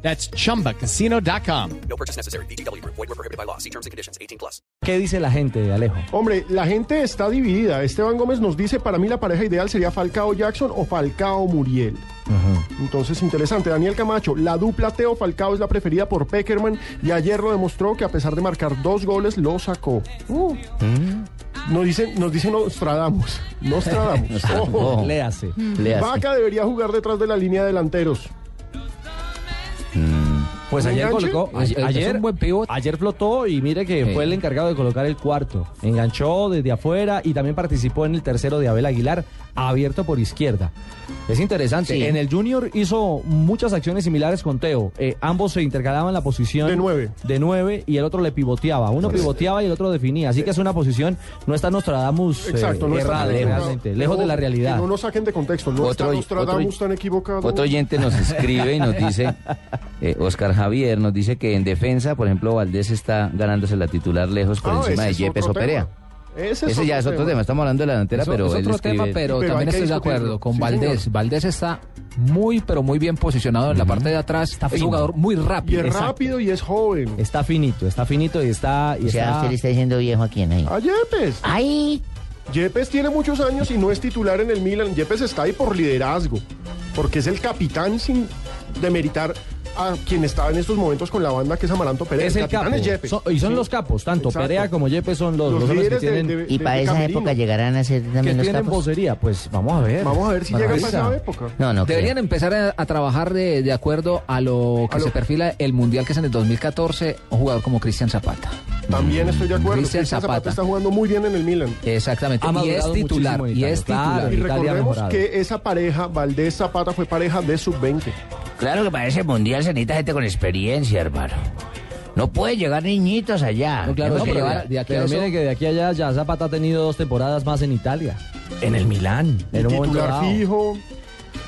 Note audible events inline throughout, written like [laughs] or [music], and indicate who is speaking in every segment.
Speaker 1: That's chumbacasino.com.
Speaker 2: No purchase necessary. BGW. Void were prohibited by law. See terms and conditions. 18 plus.
Speaker 3: ¿Qué dice la gente, Alejo?
Speaker 4: Hombre, la gente está dividida. Esteban Gómez nos dice, para mí la pareja ideal sería Falcao Jackson o Falcao Muriel. Entonces, interesante. Daniel Camacho, la dupla Teo Falcao es la preferida por Peckerman y ayer lo demostró que a pesar de marcar dos goles, lo sacó. Uh.
Speaker 3: Mm.
Speaker 4: Nos dicen, nos dicen Nostradamus.
Speaker 3: [laughs]
Speaker 4: Nostradamus. Ojo.
Speaker 3: Le hace.
Speaker 4: Vaca debería jugar detrás de la línea de delanteros.
Speaker 3: Pues ayer
Speaker 4: ¿Enganche?
Speaker 3: colocó,
Speaker 5: Es-
Speaker 3: ayer,
Speaker 5: es un buen pivot.
Speaker 3: ayer flotó y mire que
Speaker 5: Sí.
Speaker 3: fue el encargado de colocar el cuarto. Enganchó desde afuera y también participó en el tercero de Abel Aguilar, abierto por izquierda. Es interesante.
Speaker 5: Sí.
Speaker 3: En el Junior hizo muchas acciones similares con Teo. Eh, ambos se intercalaban la posición
Speaker 4: De nueve.
Speaker 3: de nueve y el otro le pivoteaba. Uno pivoteaba y el otro definía. Así que es una posición, no está Nostradamus eh,
Speaker 4: Exacto, no está
Speaker 3: errada,
Speaker 4: tan equivocado.
Speaker 3: realmente, lejos de la
Speaker 4: Ojo,
Speaker 3: realidad.
Speaker 4: que No nos saquen de contexto. No está Nostradamus tan equivocado.
Speaker 5: otro oyente nos escribe y nos dice, eh, Oscar Javier nos dice que en defensa, por ejemplo, Valdés está ganándose la titular lejos por
Speaker 4: Ah,
Speaker 5: encima
Speaker 4: ese
Speaker 5: de
Speaker 4: es
Speaker 5: Yepes
Speaker 4: otro
Speaker 5: o Perea.
Speaker 4: tema. Ese,
Speaker 5: Ese ya es otro tema, estamos hablando de la delantera,
Speaker 6: Eso-
Speaker 5: pero
Speaker 6: es
Speaker 5: él
Speaker 6: otro
Speaker 5: escribe-
Speaker 6: tema,
Speaker 4: Pero
Speaker 6: pero,
Speaker 4: hay
Speaker 6: también
Speaker 4: que
Speaker 6: estoy de
Speaker 4: discutirlo.
Speaker 6: acuerdo con
Speaker 4: Sí,
Speaker 6: Valdés.
Speaker 4: señor.
Speaker 6: Valdés está muy, pero muy bien posicionado en la parte de atrás. es
Speaker 3: fino.
Speaker 6: un jugador muy
Speaker 4: Y
Speaker 6: rápido.
Speaker 4: es rápido y es joven.
Speaker 3: Está finito, está finito y está... Y
Speaker 7: O sea,
Speaker 3: está-
Speaker 7: usted le está diciendo viejo a quién ahí.
Speaker 4: A Ah, Yepes.
Speaker 7: ¡Ay!
Speaker 4: Yepes tiene muchos años y no es titular en el Milan. Yepes está ahí por liderazgo, porque es el capitán sin demeritar a quien está en estos momentos con la banda, que es Amaranto Pérez.
Speaker 3: Es el capo.
Speaker 4: capitán es Yepes.
Speaker 3: Son- y son
Speaker 4: Sí.
Speaker 3: los capos, tanto
Speaker 4: Exacto.
Speaker 3: Perea como Yepes son los,
Speaker 4: Los
Speaker 3: los hombres
Speaker 4: líderes
Speaker 3: que
Speaker 4: de-
Speaker 3: tienen,
Speaker 4: de-
Speaker 7: ¿Y
Speaker 4: de
Speaker 7: para esa
Speaker 4: camerino.
Speaker 7: época llegarán a ser
Speaker 3: que
Speaker 7: también los
Speaker 3: tienen
Speaker 7: capos?
Speaker 3: vocería. Pues vamos a ver.
Speaker 4: Vamos a ver si llega para
Speaker 6: Maravilla.
Speaker 4: esa época.
Speaker 7: No, no. creo.
Speaker 6: Deberían empezar a, a trabajar de, de acuerdo a lo que
Speaker 4: A lo-
Speaker 6: se perfila el Mundial que es en el 2014, un jugador como Cristian Zapata.
Speaker 4: También estoy de acuerdo.
Speaker 6: Cristian
Speaker 4: Cristian Zapata.
Speaker 6: Zapata.
Speaker 4: está jugando muy bien en el Milan.
Speaker 6: Exactamente.
Speaker 3: Ha
Speaker 6: Y
Speaker 3: madurado
Speaker 6: es titular.
Speaker 3: muchísimo,
Speaker 6: Y es
Speaker 3: Ah, Italia,
Speaker 6: titular.
Speaker 4: Y
Speaker 3: Italia ha
Speaker 4: recordemos
Speaker 3: mejorado.
Speaker 4: que esa pareja, Valdés Zapata, fue pareja de sub-20.
Speaker 7: Claro que para ese mundial se necesita gente con experiencia, hermano. No puede llegar niñitos allá.
Speaker 6: No, claro,
Speaker 7: Tenemos
Speaker 6: no,
Speaker 7: que
Speaker 6: pero
Speaker 7: llevar-
Speaker 6: de aquí a
Speaker 3: Pero
Speaker 6: eso-
Speaker 3: miren que de aquí a allá ya Zapata ha tenido dos temporadas más en Italia. En el Milán. En un momento
Speaker 4: titular
Speaker 3: dado.
Speaker 4: fijo.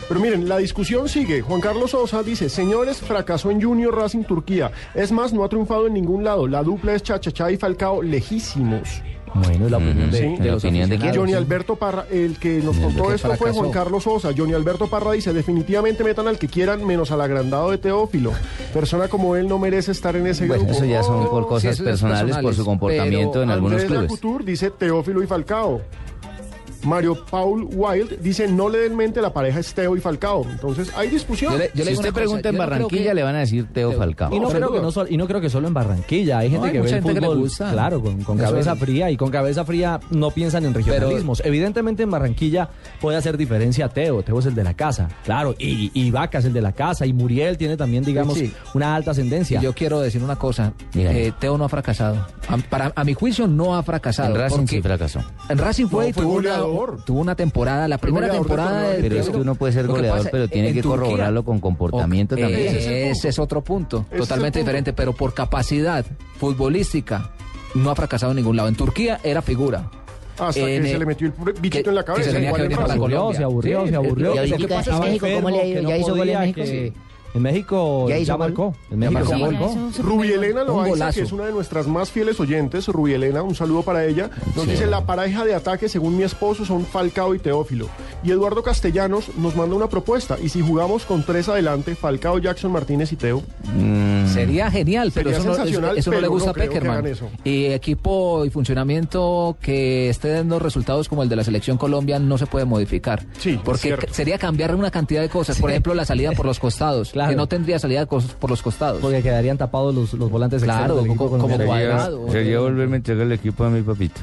Speaker 4: Pero miren, la discusión sigue. Juan Carlos Sosa dice, señores, fracasó en Junior Racing Turquía. Es más, no ha triunfado en ningún lado. La dupla es Chachachá y Falcao lejísimos.
Speaker 3: Bueno, es la opinión
Speaker 5: Ujú,
Speaker 3: de,
Speaker 4: sí.
Speaker 3: de
Speaker 5: ¿La
Speaker 3: los
Speaker 5: opinión de
Speaker 3: aficionados.
Speaker 5: Claro, quién?
Speaker 4: Johnny Alberto Parra, el que nos contó
Speaker 6: que
Speaker 4: esto fue
Speaker 6: fracasó.
Speaker 4: Juan Carlos Sosa. Johnny Alberto Parra dice, definitivamente metan al que quieran, menos al agrandado de Teófilo. Persona como él no merece estar en ese
Speaker 5: Bueno,
Speaker 4: grupo.
Speaker 5: eso ya son por
Speaker 4: Oh,
Speaker 5: cosas
Speaker 6: eso ya es
Speaker 5: personales, por
Speaker 6: personales,
Speaker 5: su comportamiento
Speaker 6: pero
Speaker 5: en algunos
Speaker 4: Andrés
Speaker 5: clubes.
Speaker 4: Lacouture dice Teófilo y Falcao. Mario Paul Wild dice no le den mente la pareja es Teo y Falcao. Entonces hay discusión.
Speaker 5: Yo le- yo le
Speaker 6: Si
Speaker 5: digo
Speaker 6: usted
Speaker 5: una
Speaker 6: pregunta
Speaker 5: cosa,
Speaker 6: en
Speaker 5: yo no creo
Speaker 6: Barranquilla,
Speaker 5: que-
Speaker 6: le
Speaker 5: le van a decir Teo
Speaker 3: Y
Speaker 5: Falcao.
Speaker 3: no,
Speaker 4: Sin
Speaker 3: creo que
Speaker 4: duda.
Speaker 3: no so- y no creo que solo en Barranquilla. Hay gente
Speaker 6: hay
Speaker 3: que ve
Speaker 6: mucha
Speaker 3: el
Speaker 6: gente que le
Speaker 3: fútbol,
Speaker 6: gusta.
Speaker 3: Claro, con, con
Speaker 6: Eso
Speaker 3: cabeza
Speaker 6: es.
Speaker 3: fría. Y con cabeza fría no piensan en regionalismos. Evidentemente en Barranquilla puede hacer diferencia Teo. Teo es el de la casa. Claro. Y, y Vaca es el de la casa. Y Muriel tiene también, digamos,
Speaker 6: Sí.
Speaker 3: una alta ascendencia.
Speaker 6: Y yo quiero decir una cosa.
Speaker 5: Diga.
Speaker 6: eh, Teo no ha fracasado. A, para, a mi juicio no ha fracasado.
Speaker 5: En Racing
Speaker 6: porque
Speaker 5: sí fracasó.
Speaker 6: En Racing fue
Speaker 4: No,
Speaker 6: y
Speaker 4: fue
Speaker 6: tuvo una,
Speaker 4: goleador.
Speaker 6: tuvo una temporada, la primera
Speaker 4: goleador de
Speaker 6: temporada.
Speaker 4: torneo.
Speaker 6: del
Speaker 5: Pero es
Speaker 6: Teo.
Speaker 5: que uno puede ser
Speaker 6: Lo que
Speaker 5: goleador,
Speaker 6: pasa,
Speaker 5: pero tiene
Speaker 6: en
Speaker 5: que
Speaker 6: Turquía-
Speaker 5: corroborarlo con comportamiento
Speaker 6: Ok,
Speaker 5: también.
Speaker 4: Ese es el punto.
Speaker 6: Ese es otro punto,
Speaker 4: Ese es
Speaker 6: totalmente
Speaker 4: el punto.
Speaker 6: diferente, pero por capacidad futbolística no ha fracasado en ningún lado. En Turquía era figura.
Speaker 4: Hasta
Speaker 6: en,
Speaker 4: que se
Speaker 6: eh,
Speaker 4: le metió el pr- bichito
Speaker 6: que-
Speaker 4: en la
Speaker 6: que
Speaker 4: cabeza.
Speaker 6: se tenía
Speaker 4: igual
Speaker 6: que
Speaker 4: en
Speaker 6: venir
Speaker 3: se
Speaker 6: para
Speaker 4: Francia.
Speaker 3: aburrió,
Speaker 6: Colombia.
Speaker 3: se aburrió,
Speaker 6: Sí,
Speaker 3: se aburrió.
Speaker 7: y ahorita
Speaker 3: Lo que pasa
Speaker 7: en
Speaker 3: es que
Speaker 7: México, ¿cómo le ha ido?
Speaker 3: enfermo,
Speaker 7: ¿Ya
Speaker 3: que
Speaker 7: hizo
Speaker 3: no
Speaker 7: gol en
Speaker 3: podía,
Speaker 7: México?
Speaker 3: que-
Speaker 7: Sí.
Speaker 3: En México
Speaker 7: ¿Ya
Speaker 3: ya,
Speaker 7: hizo gol?
Speaker 3: marcó. En México
Speaker 6: marcó
Speaker 3: ya
Speaker 6: gol.
Speaker 3: marcó.
Speaker 4: Rubielena Loaiza,
Speaker 6: golazo.
Speaker 4: que es una de nuestras más fieles oyentes, Rubielena, un saludo para ella, nos
Speaker 5: Sí.
Speaker 4: dice la pareja de ataque, según mi esposo, son Falcao y Teófilo. Y Eduardo Castellanos nos manda una propuesta, y si jugamos con tres adelante, Falcao, Jackson, Martínez y Teo,
Speaker 6: Sería genial, pero
Speaker 4: Sería
Speaker 6: eso no,
Speaker 4: sensacional,
Speaker 6: eso- eso no
Speaker 4: pero
Speaker 6: le gusta
Speaker 4: no
Speaker 6: a
Speaker 4: creo que hagan
Speaker 6: Peckerman.
Speaker 4: eso.
Speaker 6: Y equipo y funcionamiento que esté dando resultados como el de la selección Colombia no se puede modificar.
Speaker 4: Sí, es
Speaker 6: porque
Speaker 4: cierto.
Speaker 6: sería cambiar una cantidad de cosas. Por ejemplo, la salida por los costados,
Speaker 3: Claro.
Speaker 6: que no tendría salida cos- por los costados.
Speaker 3: Porque quedarían tapados los, los volantes
Speaker 6: Claro,
Speaker 3: externos del equipo
Speaker 6: co- como
Speaker 3: colombiano.
Speaker 6: Cuadrado.
Speaker 5: volverme a entregar el equipo a mi papito.